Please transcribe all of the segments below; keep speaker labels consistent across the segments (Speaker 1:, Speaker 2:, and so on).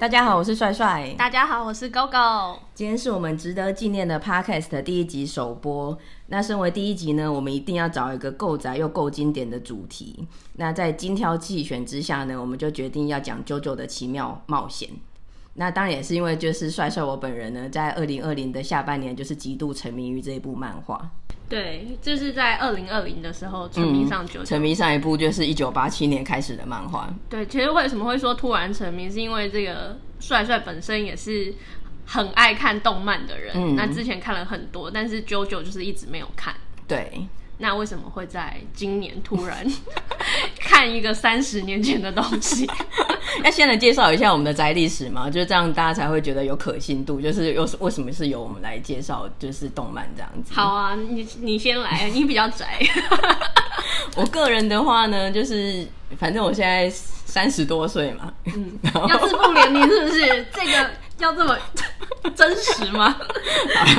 Speaker 1: 大家好，我是帅帅。
Speaker 2: 大家好，我是 GoGo。
Speaker 1: 今天是我们值得纪念的 Podcast 的第一集首播。那身为第一集呢，我们一定要找一个够宅又够经典的主题。那在精挑细选之下呢，我们就决定要讲《JoJo 的奇妙冒险》。那当然也是因为，就是帅帅我本人呢，在二零二零的下半年就是极度沉迷于这一部漫画。
Speaker 2: 对，这是在二零二零的时嗯候沉迷上九九、
Speaker 1: 沉迷上一部就是一九八七年开始的漫画。
Speaker 2: 对，其实为什么会说突然沉迷，是因为这个帅帅本身也是很爱看动漫的人。
Speaker 1: 嗯
Speaker 2: 那之前看了很多，但是九九就是一直没有看。
Speaker 1: 对，
Speaker 2: 那为什么会在今年突 然看一个三十年前的东 西？
Speaker 1: 那先来介绍一下我们的宅历史嘛，就是这样大家才会觉得有可信度。就是又是为什么是由我们来介绍，就是动漫这样子。
Speaker 2: 好啊，你你先来，啊你比较宅。
Speaker 1: 我个人的话呢，就是反正我现在三十多岁嘛，嗯， 然后
Speaker 2: 要是不连你是不是这个要这么真实 吗？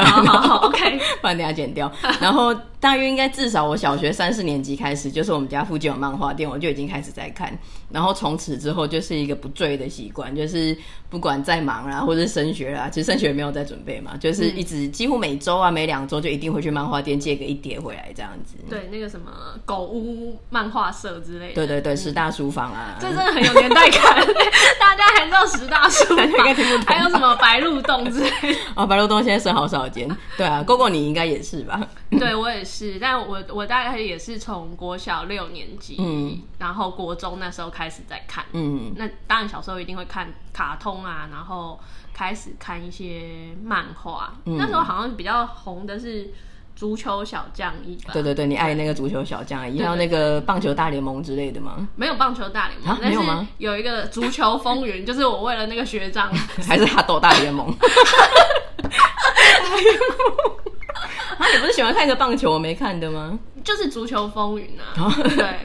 Speaker 2: 好好好，OK。
Speaker 1: 不然等一下剪 掉。然后大约应该至少我小学三四年级开始，就是我们家附近有漫画店，我就已经开始在看。然后从此之后就是一个不坠的习惯，就是不管再忙啊啦，或者是升学啦，其实升学没有在准备
Speaker 2: 嗯
Speaker 1: 嘛，就是一直几乎每周啊、每两周就一定会去漫画店借个一叠回来这样子。
Speaker 2: 对，那个什么狗屋漫画社之类的，
Speaker 1: 嗯对对对，十大书房啊，
Speaker 2: 嗯这真的很有年代 感。大家还知道十大书
Speaker 1: 大家应该
Speaker 2: 法
Speaker 1: 听不，懂
Speaker 2: 还有什 么白鹿洞之类的。
Speaker 1: 啊，白鹿洞现在剩好少间。对啊，狗狗你应该也是 吧？
Speaker 2: 对我也是，但我我大概也是从国小六年级，
Speaker 1: 嗯
Speaker 2: 然后国中那时候开始在看。
Speaker 1: 嗯。
Speaker 2: 那当然小时候一定会看卡通啊，然后开始看一些漫画。
Speaker 1: 嗯
Speaker 2: 那时候好像比较红的是《足球小将》一吧，
Speaker 1: 对对对，你爱那个足球小将，也有那个棒球大联盟之类的吗？
Speaker 2: 没有棒球大联
Speaker 1: 啊
Speaker 2: 盟，但
Speaker 1: 没有吗
Speaker 2: 是有一个《足球风云》， 就是我为了那个学长，
Speaker 1: 还是哈斗大联盟？ 啊，你不是喜欢看一个棒球我没看的吗？
Speaker 2: 就是《足球风云》啊， 对，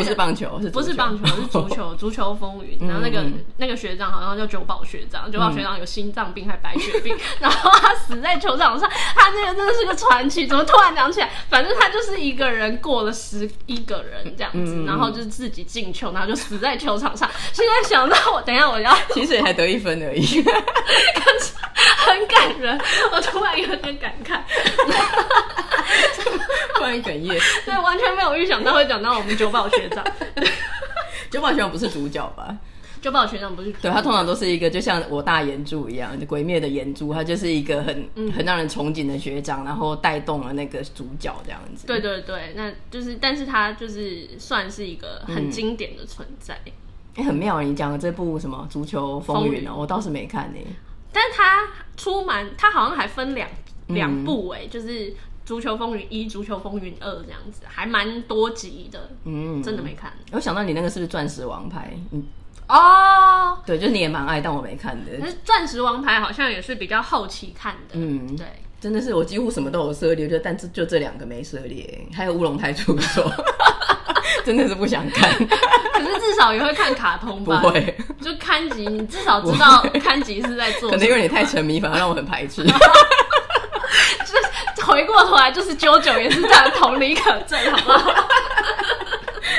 Speaker 1: 哦 不是
Speaker 2: 个。
Speaker 1: 棒球，是嗯
Speaker 2: 不是棒球，是 足。球，足球风云。然后那个那个学长好像叫九保学长，九保学长有心脏病还白血病， 然后他死在球场上，他那个真的是个传奇。怎么突然讲起来？反正他就是一个人过了十一个人这样子，
Speaker 1: 嗯
Speaker 2: 然后就是自己进球，然后就死在球场上。现在想到我，等一下我要
Speaker 1: 其实也才得一分而已。
Speaker 2: 很感人，我突然有点感慨，
Speaker 1: 突然哽咽。
Speaker 2: 对，完全没有预想到会讲到我们九保学长。
Speaker 1: 九保球长不是主角吧？
Speaker 2: 九保学长不是
Speaker 1: 对他通常都是一个就像我大岩柱一样，《鬼灭》的岩柱，他就是一个很、
Speaker 2: 嗯
Speaker 1: 很让人憧憬的学长，然后带动了那个主角这样子。
Speaker 2: 对对对，那就是，但是它就是算是一个
Speaker 1: 嗯
Speaker 2: 很经典的存在，
Speaker 1: 哎、很妙，你讲的这部什么《足球风云》哦，
Speaker 2: 风
Speaker 1: 我倒是没看呢、
Speaker 2: 但是它出蛮，它好像还分两
Speaker 1: 嗯
Speaker 2: 两部哎、就是《足球风云一》《足球风云二》这样子，还蛮多集的，
Speaker 1: 嗯，
Speaker 2: 真的没看
Speaker 1: 我想到你那个是不是钻石王牌？嗯，
Speaker 2: 哦。
Speaker 1: 对，就是你也蛮爱，但我没看的。
Speaker 2: 可是《钻石王牌》好像也是比较后期看的，
Speaker 1: 嗯
Speaker 2: 对。
Speaker 1: 真的是我几乎什么都有涉猎，就但就就这两个没涉猎，还有乌龙派出所， 真的是不想 看，
Speaker 2: 可是至少也会看卡通
Speaker 1: 不
Speaker 2: 吧？
Speaker 1: 会，
Speaker 2: 就看集，你至少知道看集是在做
Speaker 1: 可能
Speaker 2: 什么
Speaker 1: 因。为你太沉迷，反而让我很排 斥。
Speaker 2: 就是回过头来，就是九九也是这样，同理可证，好不好？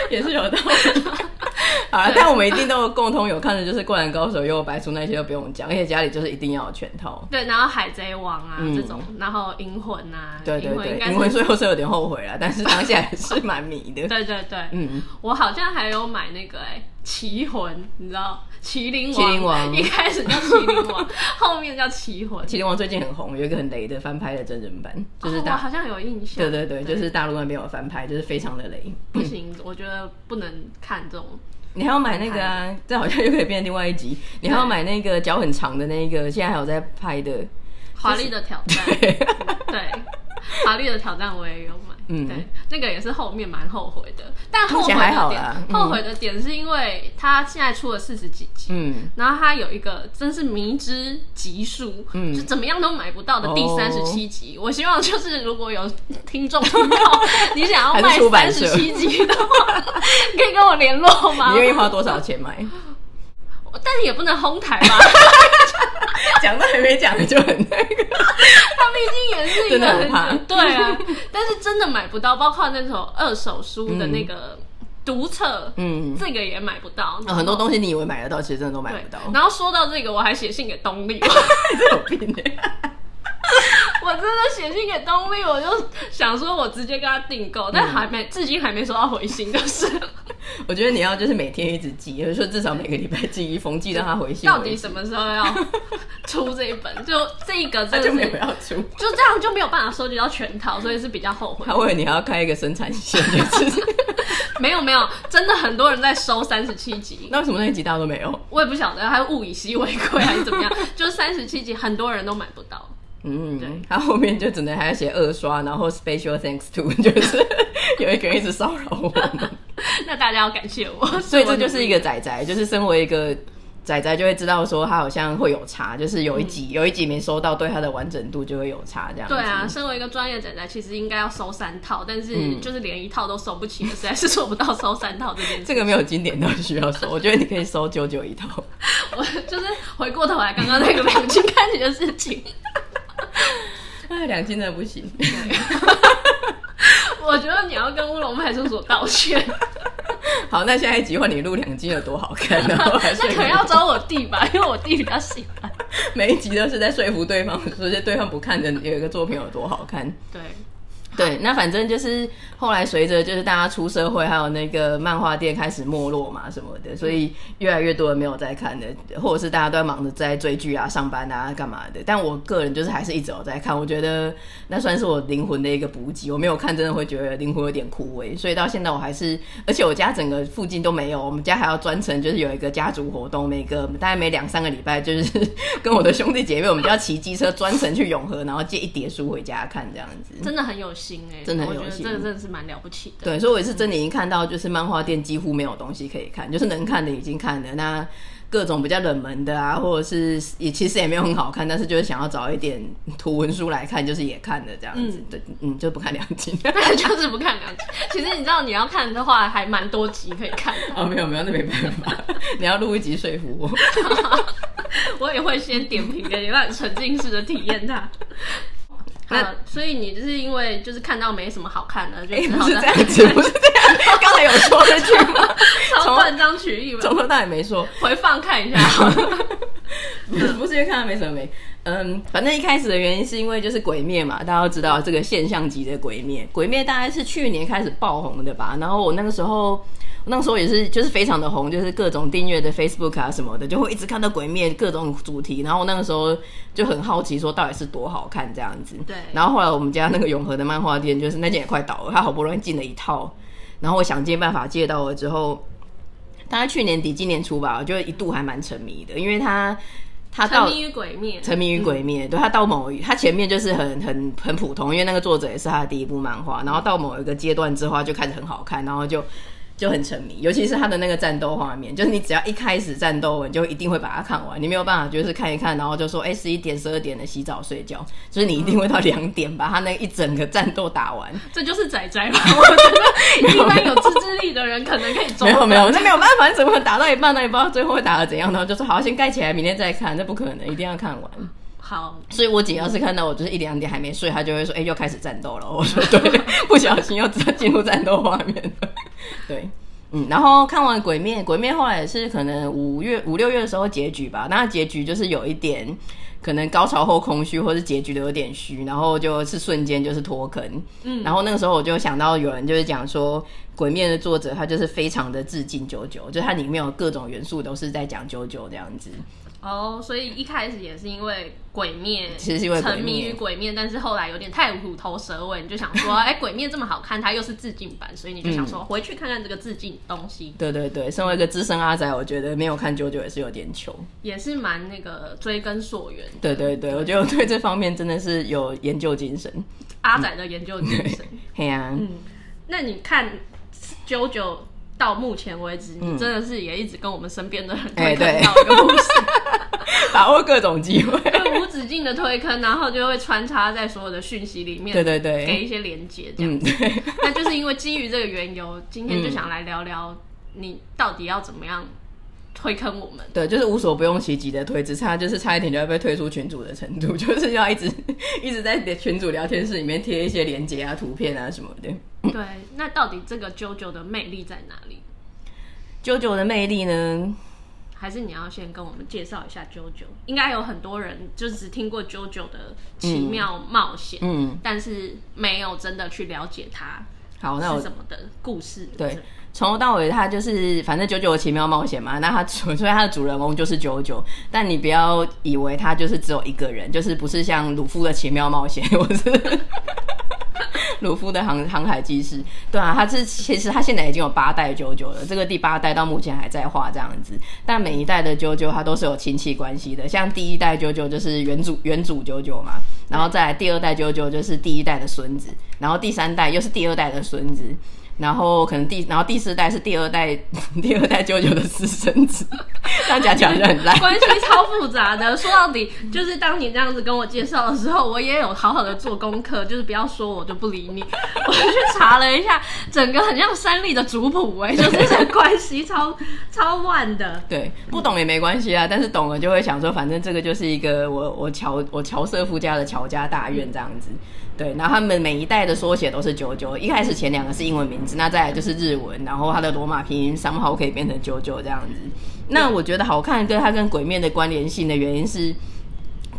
Speaker 1: 也是有道理。 好了，但我们一定都有共同有看的就是《灌篮高手》《幽游白书》那些都不用讲，而且家里就是一定要有全套。
Speaker 2: 对，然后海贼王啊、
Speaker 1: 嗯
Speaker 2: 这种，然后银魂啊，
Speaker 1: 对对
Speaker 2: 银魂应
Speaker 1: 对，
Speaker 2: 该
Speaker 1: 因为
Speaker 2: 是，
Speaker 1: 最后是有点后悔了，但 是当下还是蛮迷的。
Speaker 2: 对对对，
Speaker 1: 嗯，
Speaker 2: 我好像还有买那个哎、奇魂，你知道麒麟王，
Speaker 1: 麒麟王
Speaker 2: 一开始叫麒麟 王，后面叫奇魂，
Speaker 1: 麒麟王最近很红，有一个很雷的翻拍的真人版，就是
Speaker 2: 哦我
Speaker 1: 大，
Speaker 2: 好像有印象，
Speaker 1: 对对对，就是嗯大陆那边有翻拍，就是非常的雷。
Speaker 2: 不行，我觉得不能看这种，
Speaker 1: 你还要买那个啊，这好像又可以变成另外一集。你还要买那个脚很长的那个，现在还有在拍的。
Speaker 2: 华丽的挑战， 对，华丽的挑战我也有买，
Speaker 1: 嗯
Speaker 2: 对，那个也是后面蛮后悔的，但后
Speaker 1: 目
Speaker 2: 悔
Speaker 1: 前还好
Speaker 2: 的
Speaker 1: 啦
Speaker 2: 点，
Speaker 1: 嗯
Speaker 2: 后悔的点是因为它现在出了四十几集，
Speaker 1: 嗯，
Speaker 2: 然后它有一个真是迷之集数，
Speaker 1: 嗯
Speaker 2: 就怎么样都买不到的第
Speaker 1: 哦
Speaker 2: 三十七集。我希望就是如果有听众听到 你想要
Speaker 1: 还
Speaker 2: 卖
Speaker 1: 是出版
Speaker 2: 三
Speaker 1: 社
Speaker 2: 十七集的话，可以跟我联络吗
Speaker 1: 你？愿意花多少钱买？
Speaker 2: 但是也不能哄抬吧。
Speaker 1: 讲都还没讲 就很那个，
Speaker 2: 他毕竟也是一
Speaker 1: 真
Speaker 2: 个
Speaker 1: 的很怕
Speaker 2: 对啊，但是真的买不到，包括那种二手书的那个读册，
Speaker 1: 嗯，
Speaker 2: 这个也买不到，
Speaker 1: 哦很多东西你以为买得到，其实真的都买
Speaker 2: 对
Speaker 1: 不到，，
Speaker 2: 然后说到这个，我还写信给东丽，
Speaker 1: 你真有病哎！
Speaker 2: 我真的写信给东丽，我就想说我直接跟他订
Speaker 1: 嗯
Speaker 2: 购，但还没，至今还没收到回信，就是
Speaker 1: 我觉得你要就是每天一直寄，就是说至少每个礼拜寄一封，寄让他回信为止。
Speaker 2: 到底什么时候要 出这一本？就这 个
Speaker 1: 他
Speaker 2: 真的
Speaker 1: 就是没有要出？
Speaker 2: 就这样就没有办法收集到全套，所以是比较后悔
Speaker 1: 他。为了你还要开一个生产线，就是
Speaker 2: 没有没有，真的很多人在收三十七集。
Speaker 1: 那为什么那一集大家都 没有？
Speaker 2: 我也不晓得，还物以稀为贵还是怎么样， 就三十七集很多人都买不到，对
Speaker 1: 嗯，他后面就只能还要写二刷，然后 special thanks to，就是 有一个人一直骚扰我们，
Speaker 2: 那大家要感谢我。
Speaker 1: 所以
Speaker 2: 我
Speaker 1: 这就
Speaker 2: 努
Speaker 1: 是
Speaker 2: 力
Speaker 1: 一个仔仔，就是身为一个仔仔就会知道说他好像会有差，就是有一集、有一集没收到，对他的完整度就会有差这样子。
Speaker 2: 嗯对啊，，身为一个专业仔仔，其实应该要收三套，但是
Speaker 1: 嗯
Speaker 2: 就是连一套都收不起了，实在是做不到收三套这件事。
Speaker 1: 这个没有经典到需要收，我觉得你可以收九九一 套。
Speaker 2: 我就是回过头来，刚刚那个两金看你的事 情，
Speaker 1: 哎，两斤真的不行。
Speaker 2: 我觉得你要跟乌龙派出所道 歉，
Speaker 1: 好，那下一集换你录两斤有多好 看，然后还
Speaker 2: 那
Speaker 1: 是
Speaker 2: 可能要找我弟吧，因为我弟比较喜欢。
Speaker 1: 每一集都是在说服对方，说是对方不看的有一个作品有多好看。
Speaker 2: 对，
Speaker 1: 对，那反正就是后来随着就是大家出社会，还有那个漫画店开始没落嘛什么的，所以越来越多人没有在看的，或者是大家都在忙着在追剧啊、上班啊、干嘛的。但我个人就是还是一直有在看，我觉得那算是我灵魂的一个补给。我没有看，真的会觉得灵魂有点枯萎，所以到现在我还是，而且我家整个附近都没有，我们家还要专程就是有一个家族活动，每个大概每两三个礼拜就是 跟我的兄弟姐妹，我们就要骑机车专程去永和，然后借一叠书回家看这样子。
Speaker 2: 嗯真的很有心哎、
Speaker 1: 真的很
Speaker 2: 我
Speaker 1: 有
Speaker 2: 觉得
Speaker 1: 心
Speaker 2: 这个真的是蛮了不起的。
Speaker 1: 对，所以我也是真的已经看到，就是漫画店几乎没有东西可以看，就是能看的已经看了，那各种比较冷门的啊，或者是也其实也没有很好看，但是就是想要找一点图文书来看，就是也看了这样子，对，嗯，就不看两集。
Speaker 2: 那就是不看两集。其实你知道，你要看的话，还蛮多集可以看的。
Speaker 1: 哦，没有没有，那没办法，你要录一集说服我。
Speaker 2: 我也会先点评给你，让你沉浸式的体验它。 那
Speaker 1: 那
Speaker 2: 所以你就是因为就是看到没什么好看的，就
Speaker 1: 哎、
Speaker 2: 只
Speaker 1: 不
Speaker 2: 好
Speaker 1: 是这
Speaker 2: 在
Speaker 1: 样子，不是这样，刚才有说这句吗？
Speaker 2: 超
Speaker 1: 从
Speaker 2: 断章取义嘛，
Speaker 1: 从头到尾没说。
Speaker 2: 回放看一 下。
Speaker 1: 不是 不是因为看到没什么没，嗯，反正一开始的原因是因为就是《鬼灭》嘛，大家都知道这个现象级的《鬼灭》，《鬼灭》大概是去年开始爆红的吧。然后我那个时候，我那个时候也是就是非常的红，就是各种订阅的 Facebook 啊什么的，就会一直看到《鬼灭》各种主题。然后我那个时候就很好奇说到底是多好看这样子。
Speaker 2: 对
Speaker 1: 然后后来我们家那个永和的漫画店，就是那间也快倒了，他好不容易进了一套，然后我想尽办法借到了之后。大概去年底、今年初吧，我就一度还蛮沉迷的，因为他他
Speaker 2: 沉
Speaker 1: 到
Speaker 2: 迷于鬼灭，
Speaker 1: 沉迷于鬼灭，对他到某一他前面就是很很很普通，因为那个作者也是他的第一部漫画，然后到某一个阶段之后他就开始很好看，然后就就很沉迷，尤其是他的那个战斗画面，就是你只要一开始战斗，你就一定会把它看完，你没有办法就是看一看，然后就说哎十一点十二点的洗澡睡觉，就是你一定会到两点把他那一整个战斗打完，
Speaker 2: 这就是仔仔吧？ 我觉得一般有自制力的人可能可以做
Speaker 1: 没有没有，那没有办法，你怎么会打到一半，那也不知道最后会打的怎样，然后就说好先盖起来，明天再看，那不可能，一定要看完。
Speaker 2: 好，
Speaker 1: 所以我姐要是看到我就是一两点还没睡，她就会说：“哎、又开始战斗了。” 我说：“对，不小心又进入战斗画面了。”对，嗯，然后看完《鬼灭》，《鬼灭》后来也是可能五月五六月的时候结局吧，那结局就是有一点可能高潮后空虚，或是结局的有点虚，然后就是瞬间就是脱坑。嗯，然后那个时候我就想到有人就是讲说，《鬼灭》的作者他就是非常的致敬九九，就它里面有各种元素都是在讲九九这样子。
Speaker 2: 哦，所以一开始也是因为鬼灭，
Speaker 1: 其实是因为鬼灭
Speaker 2: 沉迷于鬼灭，但是后来有点太虎头蛇尾，你就想说，哎，鬼灭这么好看，它又是致敬版，所以你就
Speaker 1: 嗯
Speaker 2: 想说回去看看这个致敬东西。
Speaker 1: 对对对，身为一个资深阿仔，我觉得没有看九九也是有点糗。
Speaker 2: 也是蛮那个追根溯源，
Speaker 1: 对对对，我觉得我对这方面真的是有研究精神。
Speaker 2: 阿仔的研究精神。
Speaker 1: 嘿呀、啊，
Speaker 2: 那你看九九到目前为止，你真的是也一直跟我们身边的人
Speaker 1: 嗯
Speaker 2: 推
Speaker 1: 哎
Speaker 2: 坑
Speaker 1: 对
Speaker 2: 到一个故事，
Speaker 1: 把握各种机会。
Speaker 2: 就无止境的推坑，然后就会穿插在所有的讯息里面，
Speaker 1: 对对
Speaker 2: 给
Speaker 1: 对，
Speaker 2: 一些连接这样。
Speaker 1: 嗯对。
Speaker 2: 那就是因为基于这个缘由，今天就想来聊聊你到底要怎么样推坑我们。
Speaker 1: 对，就是无所不用其极的推，只差就是差一点就要被推出群组的程度，就是要一直 一直在群组聊天室里面贴一些链接啊、图片啊什么的。
Speaker 2: 对，那到底这个啾啾的魅力在哪里？
Speaker 1: 啾啾的魅力呢？
Speaker 2: 还是你要先跟我们介绍一下啾啾？应该有很多人就只听过啾啾的奇妙冒险，
Speaker 1: 嗯，
Speaker 2: 但是没有真的去了解它
Speaker 1: 好，哦那
Speaker 2: 是
Speaker 1: 我
Speaker 2: 什么的故事。
Speaker 1: 对，从头到尾，它就是反正九九的奇妙冒险嘛。那它主， 所以它的主人翁就是九九，但你不要以为它就是只有一个人，就是不是像鲁夫的奇妙冒险， 我是鲁夫的航航海技师。对啊，它是其实它现在已经有八代九九了，这个第八代到目前还在画这样子。但每一代的九九它都是有亲戚关系的，像第一代九九就是原主原主九九嘛，然后再来第二代九九就是第一代的孙子，然后第三代又是第二代的孙子。然后可能第，然后第四代是第二代， 第二代舅舅的私生子， 这样讲起来好像很烂。
Speaker 2: 关系超复杂的。 说到底，就是当你这样子跟我介绍的时候，我也有好好的做功课， 就是不要说我就不理你。 我去查了一下，整个很像三立的族谱哎、 就是这关系超超乱的。
Speaker 1: 对，不懂也没关系啊，但是懂了就会想说，反正这个就是一个我我乔我乔瑟夫家的乔家大院这样子。对，然后他们每一代的缩写都是九九，一开始前两个是英文名字，那再来就是日文，然后它的罗马拼音 somehow 可以变成九九这样子。那我觉得好看，跟它跟鬼面的关联性的原因是。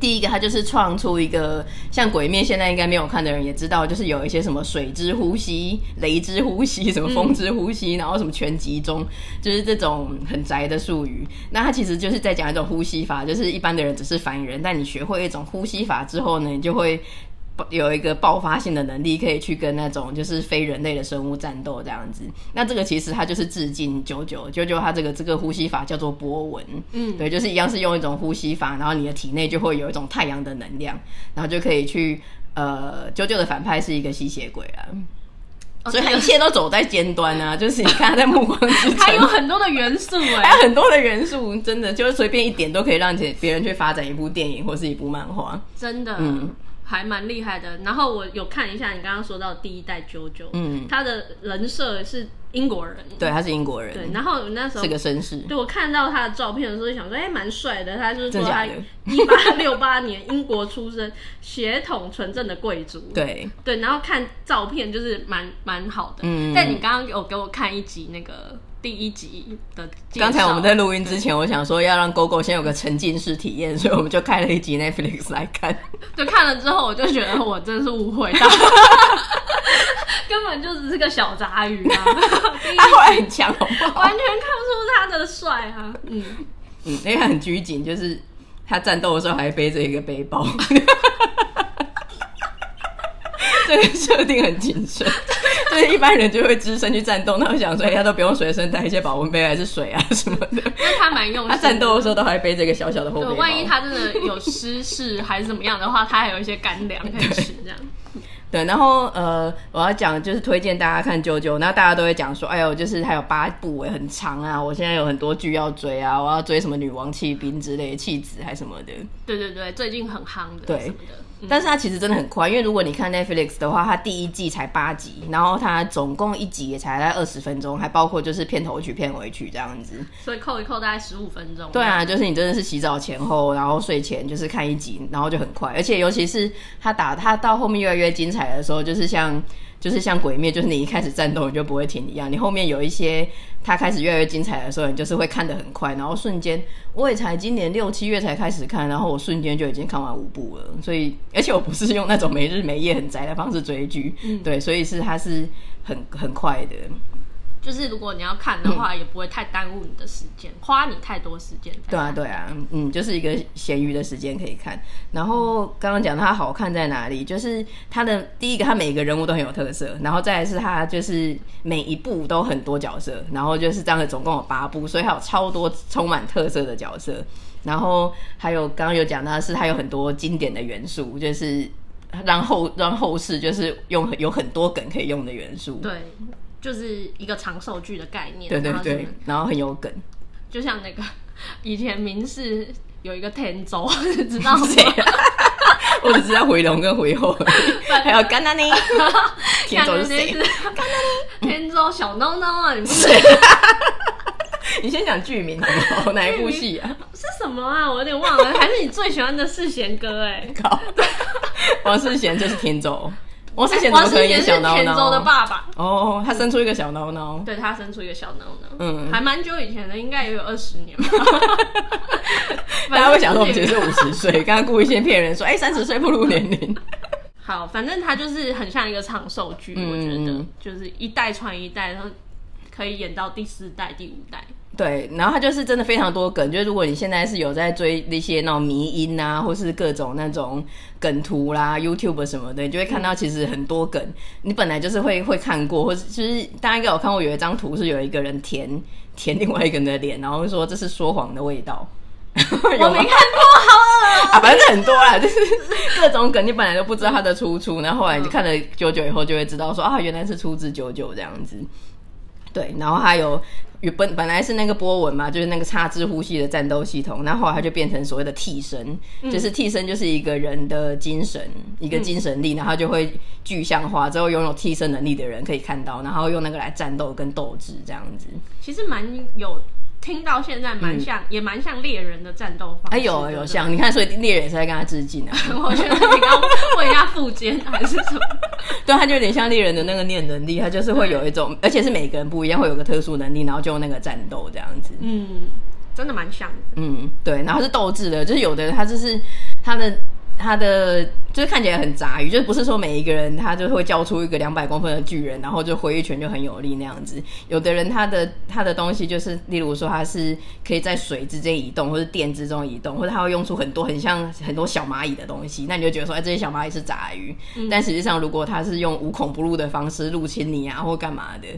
Speaker 1: 第一个，它就是创出一个像《鬼面》，现在应该没有看的人也知道，就是有一些什么水之呼吸、雷之呼吸、什么风之呼吸，然后什么全集中，就是这种很宅的术语。那它其实就是在讲一种呼吸法，就是一般的人只是凡人，但你学会一种呼吸法之后呢，你就会有一个爆发性的能力，可以去跟那种就是非人类的生物战斗这样子。那这个其实它就是致敬九九九九，它这个这个呼吸法叫做波纹，
Speaker 2: 嗯，
Speaker 1: 对，就是一样是用一种呼吸法，然后你的体内就会有一种太阳的能量，然后就可以去呃，九九的反派是一个吸血鬼啊。
Speaker 2: 哦
Speaker 1: 所以 他一切都走在尖端啊，就是你看他在暮光之城，
Speaker 2: 它有很多的元素 哎、
Speaker 1: 还有很多的元素，真的就是随便一点都可以让别别人去发展一部电影或是一部漫画。
Speaker 2: 真的，
Speaker 1: 嗯
Speaker 2: 还蛮厉害的。然后我有看一下你刚刚说到第一代 JoJo，
Speaker 1: 嗯，
Speaker 2: 他的人设是英国人，
Speaker 1: 对，他是英国人，
Speaker 2: 对。然后我那时候
Speaker 1: 是嗯个绅士。
Speaker 2: 对我看到他的照片的时候，就想说，哎、蛮帅的。他就是说
Speaker 1: 真假
Speaker 2: 他
Speaker 1: 的
Speaker 2: 一八六八年英国出生，血统纯正的贵族。
Speaker 1: 对，
Speaker 2: 对然后看照片就是蛮蛮好的。
Speaker 1: 嗯
Speaker 2: 但你刚刚有给我看一集那个第一集的介绍，
Speaker 1: 刚才我们在录音之前，我想说要让狗狗先有个沉浸式体验，所以我们就开了一集 Netflix 来看。
Speaker 2: 就看了之后，我就觉得我真是误会 到，根本就只是个小杂 鱼啊，
Speaker 1: 他后来很强，哦好不好？
Speaker 2: 完全看不出他的帅啊。嗯，
Speaker 1: 嗯，因为很拘谨，就是他战斗的时候还背着一个背包， 这个设定很谨慎。就是一般人就会只身去战斗，那我想说，哎，他都不用随身带一些保温杯还是水啊什么的。
Speaker 2: 那他蛮用
Speaker 1: 他
Speaker 2: 心。
Speaker 1: 战斗的时候都还背着一个小小的后背
Speaker 2: 对，
Speaker 1: 包。
Speaker 2: 万一他真的有失事还是怎么样的话，他还有一些干粮可以 吃，这样。
Speaker 1: 对，然后呃，我要讲就是推荐大家看《啾啾》，那大家都会讲说，哎呦，就是还有八部哎，很长啊，我现在有很多剧要追啊，我要追什么女王弃兵之类、弃子还什么的。
Speaker 2: 对对对，最近很夯的，
Speaker 1: 对
Speaker 2: 什么的。嗯
Speaker 1: 但是它其实真的很快，因为如果你看 Netflix 的话，它第一季才八集，然后它总共一集也才在二十分钟，还包括就是片头曲、片尾曲这样子。
Speaker 2: 所以扣一扣大概十五分钟。
Speaker 1: 对，啊，就是你真的是洗澡前后，然后睡前就是看一集，然后就很快，而且尤其是他打他到后面越来越精彩的时候，就是像就是像鬼灭，就是你一开始战斗你就不会停一样，你后面有一些他开始越来越精彩的时候，你就是会看得很快，然后瞬间我也才今年六七月才开始看，然后我瞬间就已经看完五部了，所以而且我不是用那种没日没夜很宅的方式追剧，对，所以是它是很很快的，
Speaker 2: 就是如果你要看的 话，也不会太耽误你的时间，花你太多时间。
Speaker 1: 对啊，，对啊，嗯，就是一个闲余的时间可以看。然后刚刚讲它好看在哪里，就是它的第一个，它每个人物都很有特色，然后再来是它就是每一部都很多角色，然后就是这样的，总共有八部，所以它有超多充满特色的角色。然后还有刚刚有讲到的是它有很多经典的元素，就是让后让后世就是用有很多梗可以用的元素。
Speaker 2: 对，就是一个长寿剧的概念。
Speaker 1: 对对
Speaker 2: 然后什
Speaker 1: 对
Speaker 2: 么，
Speaker 1: 然后很有梗。
Speaker 2: 就像那个 以前明视有一个 天州，知道吗？
Speaker 1: 啊 我只知道回龙跟回后而已，还有甘南呢， 天州是谁？
Speaker 2: 天州小孬孬啊，你不是
Speaker 1: 谁？你先讲剧名好不好？哪一部戏啊？
Speaker 2: 是什么啊？我有点忘了，还是你最喜欢的世贤哥、欸？哎，
Speaker 1: 靠，王世贤就是天州，王世贤怎
Speaker 2: 哎王
Speaker 1: 么
Speaker 2: 世
Speaker 1: 可以
Speaker 2: 贤
Speaker 1: 演
Speaker 2: 是
Speaker 1: 小孬
Speaker 2: 田州的
Speaker 1: 孬？
Speaker 2: 爸爸，
Speaker 1: 哦，他生出一个小孬孬，
Speaker 2: 对他生出一个小孬孬，
Speaker 1: 嗯
Speaker 2: 还蛮久以前的，应该也有二十 年吧。
Speaker 1: 大家会想说我们其实是五十 岁，刚刚故意先骗人说，哎、三十岁不如年龄。
Speaker 2: 好，反正他就是很像一个长寿剧，
Speaker 1: 嗯
Speaker 2: 我觉得
Speaker 1: 嗯
Speaker 2: 就是一代传一代，然后可以演到第四代、第五代。
Speaker 1: 对，然后他就是真的非常多梗，就是如果你现在是有在追那些那种迷音啊，或是各种那种梗图啦、YouTube 什么的，你就会看到其实很多梗，你本来就是会会看过，或是就是大家应该有看过有一张图是有一个人填填另外一个人的脸，然后说这是说谎的味道。
Speaker 2: 我
Speaker 1: 我
Speaker 2: 没看过，
Speaker 1: 啊，反正很多啦， 就是各种梗，你本来都不知道它的出处，然后后来你看了九九以后，就会知道说啊，原来是出自九九这样子。对，然后还有原本本来是那个波纹嘛，就是那个插支呼吸的战斗系统，然后后来它就变成所谓的替身，就是替身就是一个人的精神，一个精神力，然后就会具象化，之后拥有替身能力的人可以看到，然后用那个来战斗跟斗志这样子。
Speaker 2: 其实蛮有听到现在蛮像，也蛮像猎人的战斗
Speaker 1: 嗯
Speaker 2: 方式。
Speaker 1: 哎，有
Speaker 2: 对
Speaker 1: 有
Speaker 2: 不对，
Speaker 1: 像你看，所以猎人也是在跟他致敬啊。
Speaker 2: 我觉得你刚问一下副监还是什么？
Speaker 1: 对，他就有点像猎人的那个念能力，他就是会有一种，而且是每个人不一样，会有个特殊能力，然后就用那个战斗这样子。
Speaker 2: 嗯，真的蛮像的。
Speaker 1: 嗯，对，然后是斗志的，就是有的人他就是他的他的就是看起来很杂鱼，就是不是说每一个人他就会叫出一个两百公分的巨人，然后就挥一拳就很有力那样子。有的人他的他的东西就是，例如说他是可以在水之间移动，或者电之中移动，或者他会用出很多很像很多小蚂蚁的东西，那你就觉得说，哎，这些小蚂蚁是杂鱼。但实际上，如果他是用无孔不入的方式入侵你啊，或干嘛的，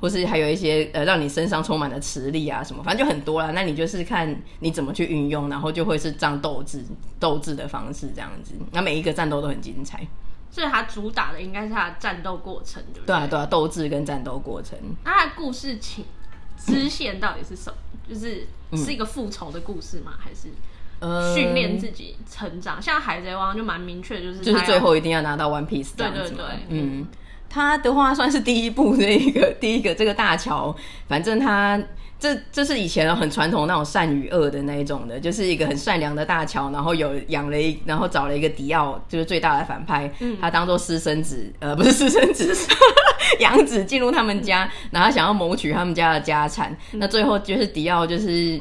Speaker 1: 或是还有一些呃让你身上充满了磁力啊什么，反正就很多啦。那你就是看你怎么去运用，然后就会是这样斗志斗志的方式这样子。那每一个战斗都很精彩，
Speaker 2: 所以它主打的应该是它的战斗过程，对不对？
Speaker 1: 对啊对啊，斗志跟战斗过程。
Speaker 2: 那它的啊故事情支线到底是什么？就是
Speaker 1: 嗯
Speaker 2: 是一个复仇的故事吗？还是
Speaker 1: 呃
Speaker 2: 训练自己成长？像海贼王就蛮明确，就是
Speaker 1: 嗯就是
Speaker 2: 它要
Speaker 1: 最后一定要拿到 One Piece 这
Speaker 2: 对
Speaker 1: 样
Speaker 2: 对
Speaker 1: 子嘛。
Speaker 2: 对
Speaker 1: 嗯，他的话算是第一部这一个第一个这个大桥，反正他。这这是以前很传统那种善与恶的那一种的，就是一个很善良的大乔，然后有养了一，然后找了一个迪奥，就是最大的反派，
Speaker 2: 嗯
Speaker 1: 他当做私生子，呃，不是私生子， 是养子进入他们家，
Speaker 2: 嗯
Speaker 1: 然后想要谋取他们家的家产。那最后就是迪奥就是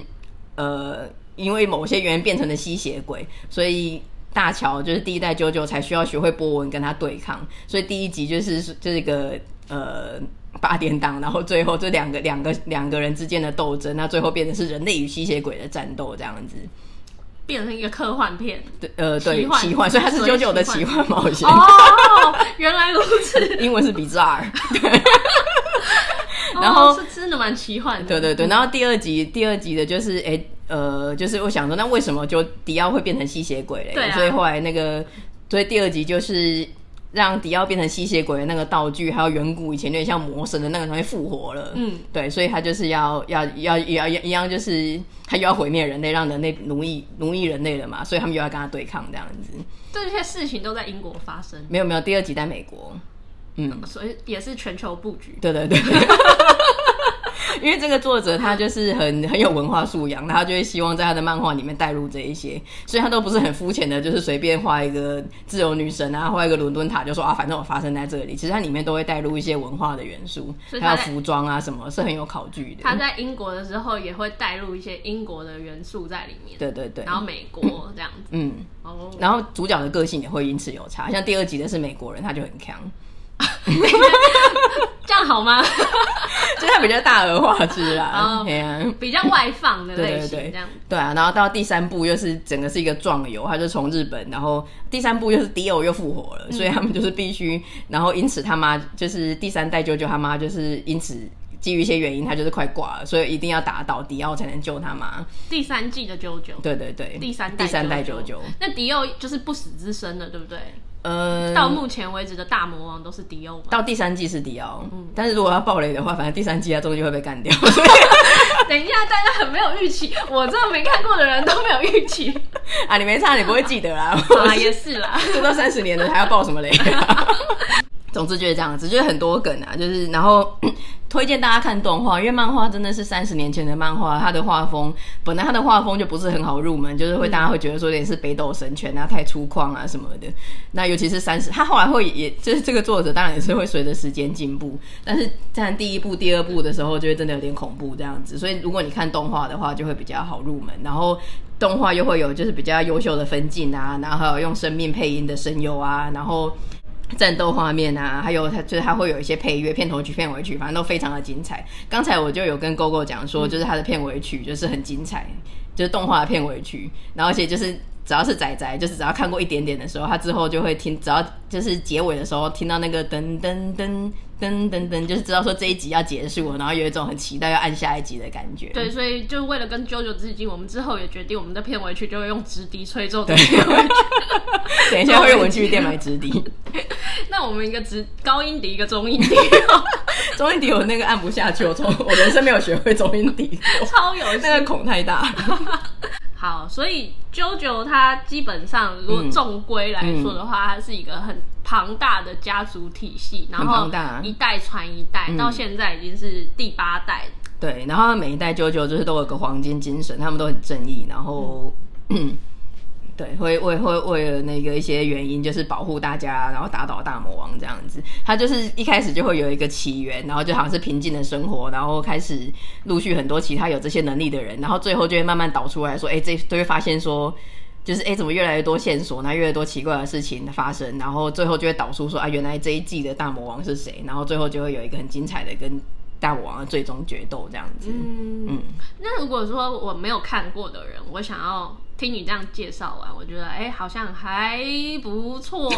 Speaker 1: 呃，因为某些原因变成了吸血鬼，所以大乔就是第一代九九才需要学会波纹跟他对抗，所以第一集就是就是一个呃八点档，然后最后这两个两个两个人之间的斗争，那最后变成是人类与吸血鬼的战斗这样子。
Speaker 2: 变成一个科幻 片。
Speaker 1: 对，呃，对，
Speaker 2: 奇幻
Speaker 1: 奇幻，所以它是
Speaker 2: 所以
Speaker 1: 九九的
Speaker 2: 奇
Speaker 1: 奇幻冒险。
Speaker 2: 哦，原来如此。
Speaker 1: 英文是 bizarre，然
Speaker 2: 哦
Speaker 1: 后
Speaker 2: 是真的蛮奇幻的。
Speaker 1: 对对对。然后第二集，第二集的就是，哎、呃，就是我想说，那为什么就迪奥会变成吸血鬼嘞？
Speaker 2: 对啊
Speaker 1: 所以后来那个，所以第二集就是让迪奥变成吸血鬼的那个道具，还有远古以前有点像魔神的那个东西复活了。
Speaker 2: 嗯，
Speaker 1: 对，所以他就是要要要要一样，就是他又要毁灭人类，让人类奴役奴役人类了嘛，所以他们又要跟他对抗这样子。
Speaker 2: 这些事情都在英国发生，
Speaker 1: 没有没有，第二集在美国。嗯，
Speaker 2: 所以也是全球布局。
Speaker 1: 对对对。 因为这个作者他就是很很有文化素养，他就会希望在他的漫画里面带入这一些，所以他都不是很肤浅的，就是随便画一个自由女神啊，画一个伦敦塔，就说啊，反正我发生在这里。其实它里面都会带入一些文化的元素
Speaker 2: 所，以
Speaker 1: 还
Speaker 2: 他
Speaker 1: 有
Speaker 2: 在
Speaker 1: 服装啊什么，是很有考据
Speaker 2: 他
Speaker 1: 的。
Speaker 2: 在英国的时候也会带入一些英国的元素在里面，
Speaker 1: 对对对
Speaker 2: 然，后美国这样子。
Speaker 1: 嗯，
Speaker 2: 哦，
Speaker 1: 然后主角的个性也会因此有差，像第二集的是美国人，他就很强，
Speaker 2: 这样好吗？
Speaker 1: 就是他比较大而化之啦
Speaker 2: 哦，
Speaker 1: 嘿啊
Speaker 2: 比较外放的类
Speaker 1: 对对
Speaker 2: 型
Speaker 1: 对
Speaker 2: 这样。
Speaker 1: 对啊，然后到第三部又是整个是一个壮游，他就从日本，然后第三部又是迪欧又复活
Speaker 2: 嗯
Speaker 1: 了，所以他们就是必须，然后因此他妈就是第三代舅舅他妈就是因此基于一些原因，他就是快挂了，所以一定要打倒迪奥才能救他妈。
Speaker 2: 第三季的九九，
Speaker 1: 对对对，
Speaker 2: 第三代
Speaker 1: 第三代
Speaker 2: 舅
Speaker 1: 舅
Speaker 2: 舅
Speaker 1: 舅，
Speaker 2: 那迪欧就是不死之身了，对不对？
Speaker 1: 呃，
Speaker 2: 到目前为止的大魔王都是迪欧嘛。
Speaker 1: 到第三季是迪奥，
Speaker 2: 嗯
Speaker 1: 但是如果要暴雷的话，反正第三季他终究会被干掉。
Speaker 2: 等一下，大家很没有预期，我这没看过的人都没有预 期
Speaker 1: 啊，你没差，你不会记得啦。
Speaker 2: 啊，也是啦。
Speaker 1: 这都三十年 了，还要爆什么雷、啊？总之就是这样子，就是很多梗啊，就是然后 推荐大家看动画，因为漫画真的是三十年前的漫画，它的画风本来它的画风就不是很好入门，就是会大家会觉得说有点是北斗神拳啊，太粗犷啊什么的。那尤其是三十，他后来会也就是这个作者当然也是会随着时间进步，但是看第一部、第二部的时候就会真的有点恐怖这样子。所以如果你看动画的话，就会比较好入门，然后。动画又会有就是比较优秀的分镜啊，然后还有用生命配音的声优啊，然后战斗画面啊，还有它就是它会有一些配乐，片头曲、片尾曲，反正都非常的精彩。刚才我就有跟 GoGo 讲说，就是它的片尾曲就是很精彩，就是动画的片尾曲，然后而且就是只要是仔仔，就是只要看过一点点的时候，他之后就会听，只要就是结尾的时候听到那个噔噔噔。噔噔噔，就是知道说这一集要结束了，然后有一种很期待要按下一集的感觉。
Speaker 2: 对，所以就为了跟啾啾致敬，我们之后也决定我们的片尾曲就会用直笛吹奏的片尾曲。
Speaker 1: 等一下会文具店买直笛，
Speaker 2: 那我们一个直高音笛，一个中音 笛，
Speaker 1: 中音笛我那个按不下去，我从我人生没有学会中音笛过，
Speaker 2: 超有
Speaker 1: 那个孔太大。
Speaker 2: 好，所以 JoJo 它基本上如果
Speaker 1: 嗯
Speaker 2: 纵归来说的话，它是一个很庞大的家族体系，然后
Speaker 1: 庞大啊嗯
Speaker 2: 一代传一代，到现在已经是第八代。
Speaker 1: 对，然后每一代啾啾就是都有个黄金精神，他们都很正义，然后。对，会为会为了那个一些原因，就是保护大家，然后打倒大魔王这样子。他就是一开始就会有一个起源，然后就好像是平静的生活，然后开始陆续很多其他有这些能力的人，然后最后就会慢慢导出来说，哎，这就会发现说，就是哎，怎么越来越多线索，那越来越多奇怪的事情发生，然后最后就会导出说啊，原来这一季的大魔王是谁，然后最后就会有一个很精彩的跟大魔王的最终决斗这样子。
Speaker 2: 嗯，那如果说我没有看过的人，我想要听你这样介绍完，我觉得哎、好像还 不错，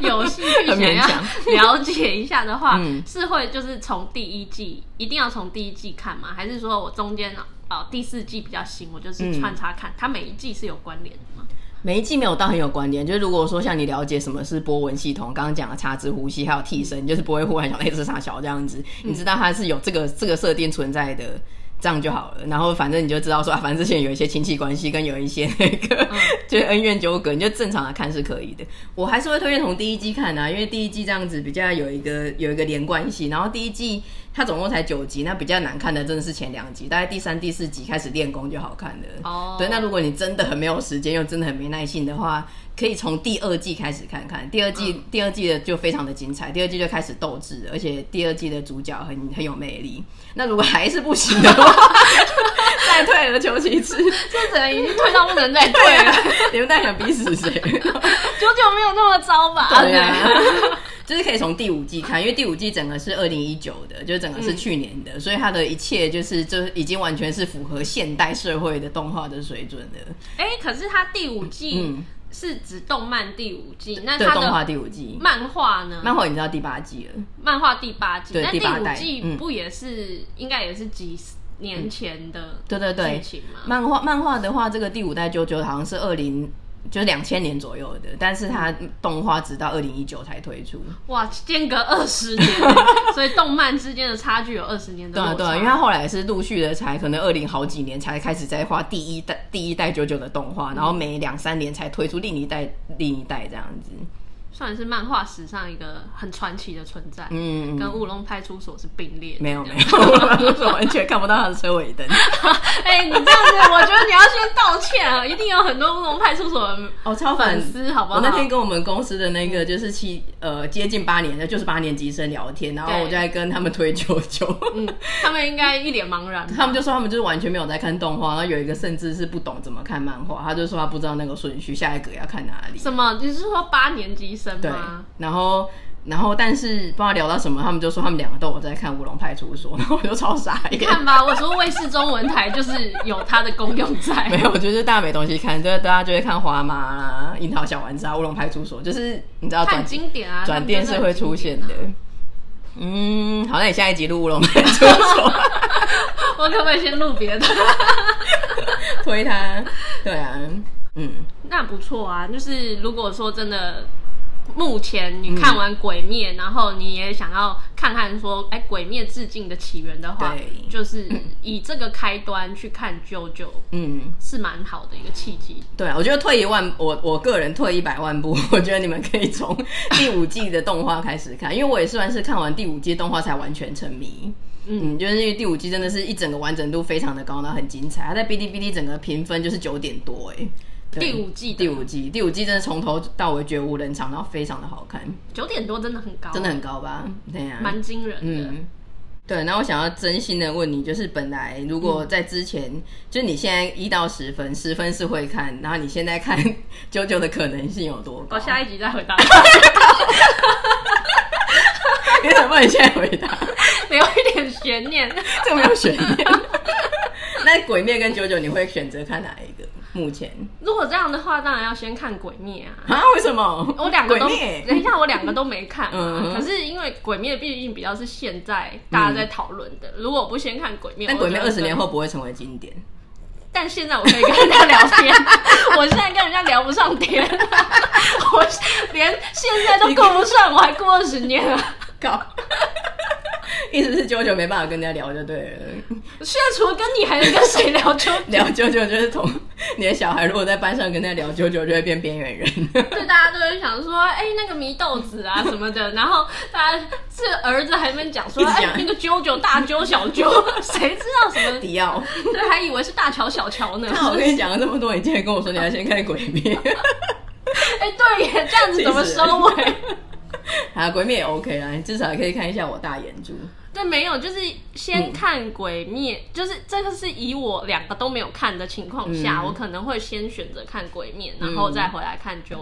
Speaker 2: 有兴
Speaker 1: 很
Speaker 2: 趣想
Speaker 1: 勉
Speaker 2: 要
Speaker 1: 强
Speaker 2: 了解一下的话，
Speaker 1: 嗯
Speaker 2: 是会就是从第一季一定要从第一季看吗？还是说我中间哦第四季比较新，我就是穿插看，它每一季是有关联的吗？
Speaker 1: 每一季没有到很有关联，就是如果说像你了解什么是波纹系统，刚刚讲的叉子呼吸还有替身，你就是不会忽然想到 哎这是啥小这样子，你知道它是有这个这个设定存在的，这样就好了。然后反正你就知道说，啊、反正之前有一些亲戚关系跟有一些那个、 就是恩怨纠葛，你就正常的看是可以的。我还是会推荐从第一季看啊，因为第一季这样子比较有一个有一个连贯性，然后第一季它总共才九集，那比较难看的真的是前两集，大概第三、第四集开始练功就好看了。
Speaker 2: 哦
Speaker 1: 嗯对，那如果你真的很没有时间，又真的很没耐性的话，可以从第二季开始看看。第二季、
Speaker 2: 嗯
Speaker 1: 第二季的就非常的精彩，第二季就开始斗智了，而且第二季的主角很很有魅力。那如果还是不行的话， 再退了求其次，
Speaker 2: 这只能已经退到不能再退
Speaker 1: 对
Speaker 2: 了
Speaker 1: 啊，，你们到底想逼死谁？
Speaker 2: 久久没有那么糟吧？
Speaker 1: 对啊，就是可以从第五季看，因为第五季整个是二零一九的，就是整个
Speaker 2: 嗯
Speaker 1: 是去年的，所以它的一切就是就是已经完全是符合现代社会的动画的水准的。
Speaker 2: 哎、可是它第五季
Speaker 1: 嗯
Speaker 2: 是指动漫第五季，那
Speaker 1: 对，
Speaker 2: 它
Speaker 1: 动画
Speaker 2: 的
Speaker 1: 第五季，
Speaker 2: 漫画呢？
Speaker 1: 漫画已经到第八季了。
Speaker 2: 漫画第八季，
Speaker 1: 对
Speaker 2: 那
Speaker 1: 第八代嗯
Speaker 2: 五季不也是、应该也是几年前的
Speaker 1: 对对对
Speaker 2: 剧情吗？
Speaker 1: 漫画漫画的话，这个第五代啾啾好像是二零。就是两千年左右的，但是它动画直到二零一九才推出。
Speaker 2: 哇，间隔二十 年，所以动漫之间的差距有二十年的
Speaker 1: 对啊，
Speaker 2: 落差。
Speaker 1: 对啊，因为它后来是陆续的才可能二零好几年才开始在画第一代第一代九九的动画，然后每两三年才推出另一代另一代这样子。
Speaker 2: 算是漫画史上一个很传奇的存在，
Speaker 1: 嗯，
Speaker 2: 跟乌龙派出所是并列的。
Speaker 1: 没有 没有，我完全看不到它的车尾灯。
Speaker 2: 哎、你这样子，我觉得你要先道歉啊！一定有很多乌龙派出所的
Speaker 1: 哦，超
Speaker 2: 粉丝，好不嗯好？
Speaker 1: 我那天跟我们公司的那个就是七呃接近八年的，就是八年级生聊天，然后
Speaker 2: 对
Speaker 1: 我就在跟他们推九九，
Speaker 2: 他们应该一脸茫然吧。
Speaker 1: 他们就说他们就是完全没有在看动画，然后有一个甚至是不懂怎么看漫画，他就说他不知道那个顺序，下一个要看哪里。
Speaker 2: 什么？你是说八年级生
Speaker 1: 对
Speaker 2: 吗？，
Speaker 1: 然后然后但是不知道聊到什么，他们就说他们两个都有在看《乌龙派出所》，然 后我就超傻
Speaker 2: 你
Speaker 1: 眼。
Speaker 2: 看吧，我说卫视中文台就是有它的功用在。
Speaker 1: 没有，就是大家没东西看，就是大家就会看《花妈》啦，《樱桃小丸子》啊，《乌龙派出所》，就是你知道
Speaker 2: 看
Speaker 1: 转
Speaker 2: 经典啊，
Speaker 1: 转电是会出现的
Speaker 2: 他们真的很经典啊。
Speaker 1: 嗯，好，那你下一集录《乌龙派出所》
Speaker 2: 我可不可以先录别的？
Speaker 1: 推他，对啊，嗯，
Speaker 2: 那不错啊，就是如果说真的目前你看完《鬼灭》然后你也想要看看说，哎、鬼灭》致敬的起源的话
Speaker 1: 对，
Speaker 2: 就是以这个开端去看《啾啾》
Speaker 1: 嗯，
Speaker 2: 是蛮好的一个契机。
Speaker 1: 对啊，我觉得退一万，我我个人退一百万步， 我觉得你们可以从第五季的动画开始看，因为我也算是看完第五季动画才完全沉迷。
Speaker 2: 嗯
Speaker 1: 嗯，就是因为第五季真的是一整个完整度非常的高，然后很精彩。它在哔哩哔哩整个评分就是九点多、哎，对
Speaker 2: 第五季的
Speaker 1: 第五季，第五季真的从头到尾绝无人场，然后非常的好看，
Speaker 2: 九点多真的很高，
Speaker 1: 真的很高吧？对啊呀、
Speaker 2: 蛮惊人的。
Speaker 1: 嗯，对。那我想要真心的问你，就是本来如果在之前，
Speaker 2: 嗯
Speaker 1: 就是你现在一到十分，十分是会看，然后你现在看 九九的可能性有多高？
Speaker 2: 我哦下一集再回答，
Speaker 1: 你 怎么不能现在回答？
Speaker 2: 留一点悬念。
Speaker 1: 这个没有悬念。 那鬼灭跟九九，你会选择看哪一个？目前
Speaker 2: 如果这样的话，当然要先看《鬼灭》啊。
Speaker 1: 啊？为什么？
Speaker 2: 我哦两个都
Speaker 1: 鬼灭，
Speaker 2: 等一下，我两个都没看、
Speaker 1: 嗯
Speaker 2: 啊。可是因为《鬼灭》毕竟比较是现在大家在讨论的，如果我不先看《鬼灭》，
Speaker 1: 嗯但
Speaker 2: 我
Speaker 1: 鬼
Speaker 2: 觉
Speaker 1: 灭
Speaker 2: 得
Speaker 1: 二十年后不会成为经典。
Speaker 2: 但现在我可以跟人家聊 天，我现在跟人家聊不上天， 我连现在都顾不上，我还过二十年 啊！
Speaker 1: 靠，意思是九九没办法跟人家聊就对了。
Speaker 2: 现在除了跟你，还能跟谁聊？就
Speaker 1: 聊九九就是同你的小孩，如果在班上跟他聊九九，就会变边缘人。
Speaker 2: 对大家都会想说，哎、那个祢豆子啊什么的，然后大家这儿子还没讲说，
Speaker 1: 一直
Speaker 2: 哎、
Speaker 1: 讲
Speaker 2: 那个啾啾大啾小啾，谁知道什 么？
Speaker 1: 迪奥，
Speaker 2: 对，还以为是大乔小乔呢。
Speaker 1: 那我跟你讲了这么多，你竟然跟我说你要先看《鬼灭》
Speaker 2: 哎、对耶，这样子怎么收尾？
Speaker 1: 啊，《鬼灭》也 OK 啦，你至少也可以看一下我大眼珠。
Speaker 2: 对，没有，就是先看《鬼灭》就是这个是以我两个都没有看的情况下，
Speaker 1: 嗯
Speaker 2: 我可能会先选择看《鬼灭》，然后再回来看《JoJo》。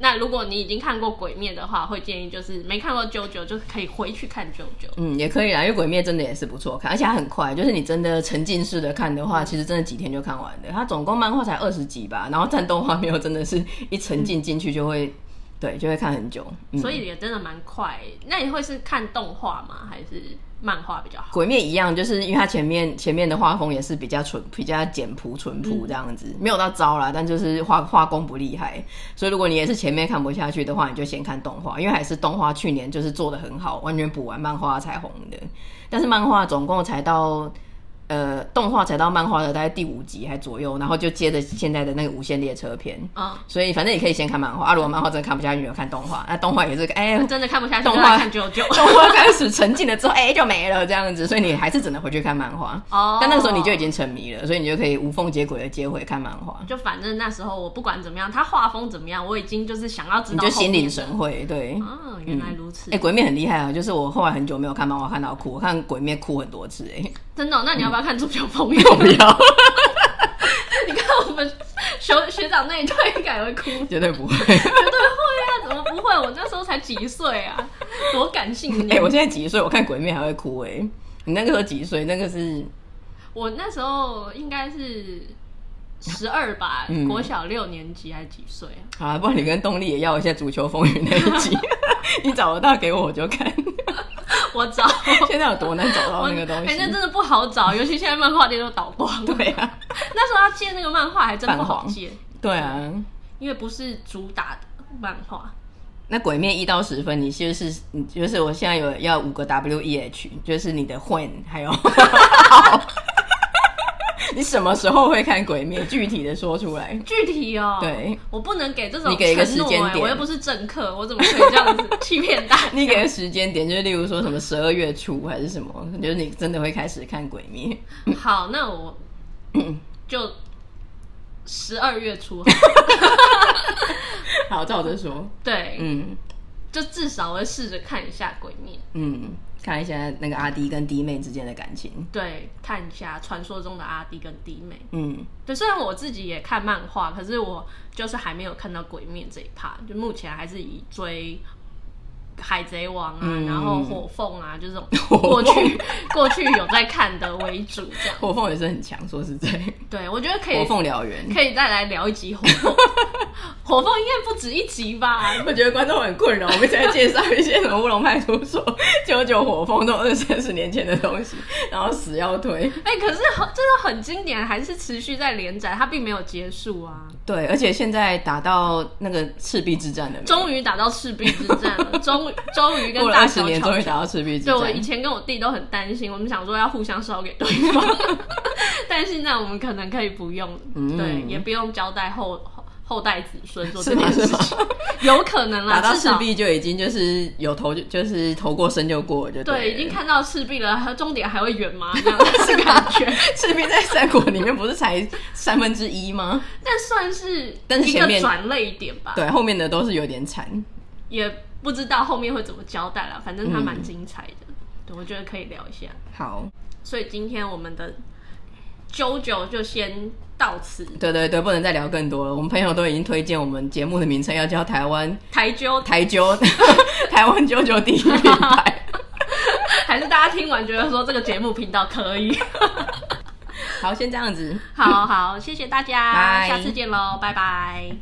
Speaker 2: 那如果你已经看过《鬼灭》的话，会建议就是没看过《JoJo》就可以回去看《JoJo》。
Speaker 1: 嗯，也可以啦，因为《鬼灭》真的也是不错看，而且它很快，就是你真的沉浸式的看的话，其实真的几天就看完的。它总共漫画才二十集吧，然后战斗画面又真的是一沉浸进去就会，对，就会看很久。嗯，
Speaker 2: 所以也真的蛮快。那你会是看动画吗？还是漫画比较好？
Speaker 1: 鬼灭一样，就是因为它前面前面的画风也是比较淳、比较简朴、淳朴这样子，没有到糟啦，但就是画画工不厉害。所以如果你也是前面看不下去的话，你就先看动画，因为还是动画去年就是做的很好，完全补完漫画才红的。但是漫画总共才到呃动画才到漫画的大概第五集还左右，然后就接着现在的那个无限列车篇。
Speaker 2: 嗯，
Speaker 1: 所以反正你可以先看漫画，啊，如果漫画真的看不下去，你就看动画。那、动画也是个哎、
Speaker 2: 嗯真的看不下去，
Speaker 1: 动
Speaker 2: 就
Speaker 1: 画
Speaker 2: 来看《JoJo》。
Speaker 1: 动画开始沉浸了之后，哎、就没了这样子，所以你还是只能回去看漫画。
Speaker 2: 哦
Speaker 1: 但那个时候你就已经沉迷了，所以你就可以无缝接轨的接回看漫画，
Speaker 2: 哦就反正那时候我不管怎么样，他画风怎么样，我已经就是想要知
Speaker 1: 你
Speaker 2: 道
Speaker 1: 就
Speaker 2: 后面。
Speaker 1: 心领神会。对，哎、
Speaker 2: 啊，原来如此。
Speaker 1: 鬼灭很厉害啊！就是我后来很久没有看漫画看到哭，我看鬼灭哭很多次、哎，
Speaker 2: 真的哦、那你要不要看《足球 朋友》
Speaker 1: 我不要，
Speaker 2: 你看我们学学长那一段应该也会哭，绝
Speaker 1: 绝对不会。
Speaker 2: 对啊，怎么不会？我那时候才几岁啊， 多感性
Speaker 1: 哎、
Speaker 2: 年。
Speaker 1: 我现在几岁？我看鬼灭还会哭、哎，你那个时候几岁？那个是
Speaker 2: 我那时候应该是十二吧，
Speaker 1: 嗯
Speaker 2: 国小六年级还是几岁啊？
Speaker 1: 好啊，不然你跟动力也要一下《足球风云》那一集， 你找得到给我我就看。
Speaker 2: 我找。
Speaker 1: 现在有多难找到
Speaker 2: 我
Speaker 1: 那个东
Speaker 2: 哎
Speaker 1: 西？
Speaker 2: 那真的不好 找，尤其现在漫画店都倒光。
Speaker 1: 对啊，
Speaker 2: 那时候要借那个漫画还真不好 借，
Speaker 1: 对啊。
Speaker 2: 因为不是主打的漫画。
Speaker 1: 那鬼面一到十分，你就是你就是我现在有要五个 W E H，就是你的 when 还有 how，你什么时候会看鬼面？具体的说出来。
Speaker 2: 具体哦，
Speaker 1: 对，
Speaker 2: 我不能给这种
Speaker 1: 你给一个
Speaker 2: 承诺
Speaker 1: 时间
Speaker 2: 哎
Speaker 1: 点
Speaker 2: 我又不是政客，我怎么可以这样子欺骗 大家？
Speaker 1: 你给的时间点，就是例如说什么十二月初还是什么，就是你真的会开始看鬼灭。
Speaker 2: 好，那我就十二月初好，
Speaker 1: 好，照着说。
Speaker 2: 对，
Speaker 1: 嗯
Speaker 2: 就至少我会试着看一下《鬼灭
Speaker 1: 嗯，看一下那个阿弟跟弟妹之间的感情。》，
Speaker 2: 对，看一下传说中的阿弟跟弟妹。
Speaker 1: 嗯，
Speaker 2: 对，虽然我自己也看漫画，可是我就是还没有看到《鬼灭》这一趴，就目前还是以追。海贼王啊，
Speaker 1: 嗯
Speaker 2: 然后火凤啊，就这种
Speaker 1: 火
Speaker 2: 过去
Speaker 1: 凤
Speaker 2: 过去有在看的为主，这样。
Speaker 1: 火凤也是很强，说实在，
Speaker 2: 对，我觉得可以
Speaker 1: 火凤燎原。
Speaker 2: 可以再来聊一集火凤。火凤应该不止一集吧？
Speaker 1: 我觉得观众很困扰，我们一直在介绍一些什么乌龙派出所、九九火风这种二三十年前的东西，然后死要推。
Speaker 2: 哎、可是很这个很经典，还是持续在连载，它并没有结束啊。
Speaker 1: 对，而且现在打到那个赤壁之战了没，
Speaker 2: 终于打到赤壁之战了，终于终于跟
Speaker 1: 过了
Speaker 2: 大
Speaker 1: 二十
Speaker 2: 小
Speaker 1: 年，
Speaker 2: 吵
Speaker 1: 终于打到赤壁之
Speaker 2: 对，我
Speaker 1: 战
Speaker 2: 以。前跟我弟都很担心，我们想说要互相烧给对 方，但现在我们可能可以不用，
Speaker 1: 嗯
Speaker 2: 对，也不用交代后后后代子孙做
Speaker 1: 是
Speaker 2: 这
Speaker 1: 吗
Speaker 2: 件事
Speaker 1: 是吗
Speaker 2: 情， 有可能啦，
Speaker 1: 打到
Speaker 2: 至
Speaker 1: 赤
Speaker 2: 少
Speaker 1: 壁就已经就是有头就就是头过身就过了就
Speaker 2: 对，
Speaker 1: 了
Speaker 2: 已经看到赤壁了，它终点还会远 吗？这样子的感觉，
Speaker 1: 赤壁在三国里面不是才三分之一吗？
Speaker 2: 但算是
Speaker 1: 但是
Speaker 2: 一
Speaker 1: 前面
Speaker 2: 个转泪点吧，
Speaker 1: 对，后面的都是有点惨。
Speaker 2: 也不知道后面会怎么交代啦，反正
Speaker 1: 嗯
Speaker 2: 它蛮精彩的，对，我觉得可以聊一下。
Speaker 1: 好，
Speaker 2: 所以今天我们的啾啾就先到此，
Speaker 1: 对对对，不能再聊更多了。我们朋友都已经推荐我们节目的名称要叫台湾
Speaker 2: 台啾
Speaker 1: 台九 台湾九九第一品牌。
Speaker 2: 还是大家听完觉得说这个节目频道可以？
Speaker 1: 好，先这样子。
Speaker 2: 好好，谢谢大家，
Speaker 1: 拜
Speaker 2: 下次见喽，拜拜。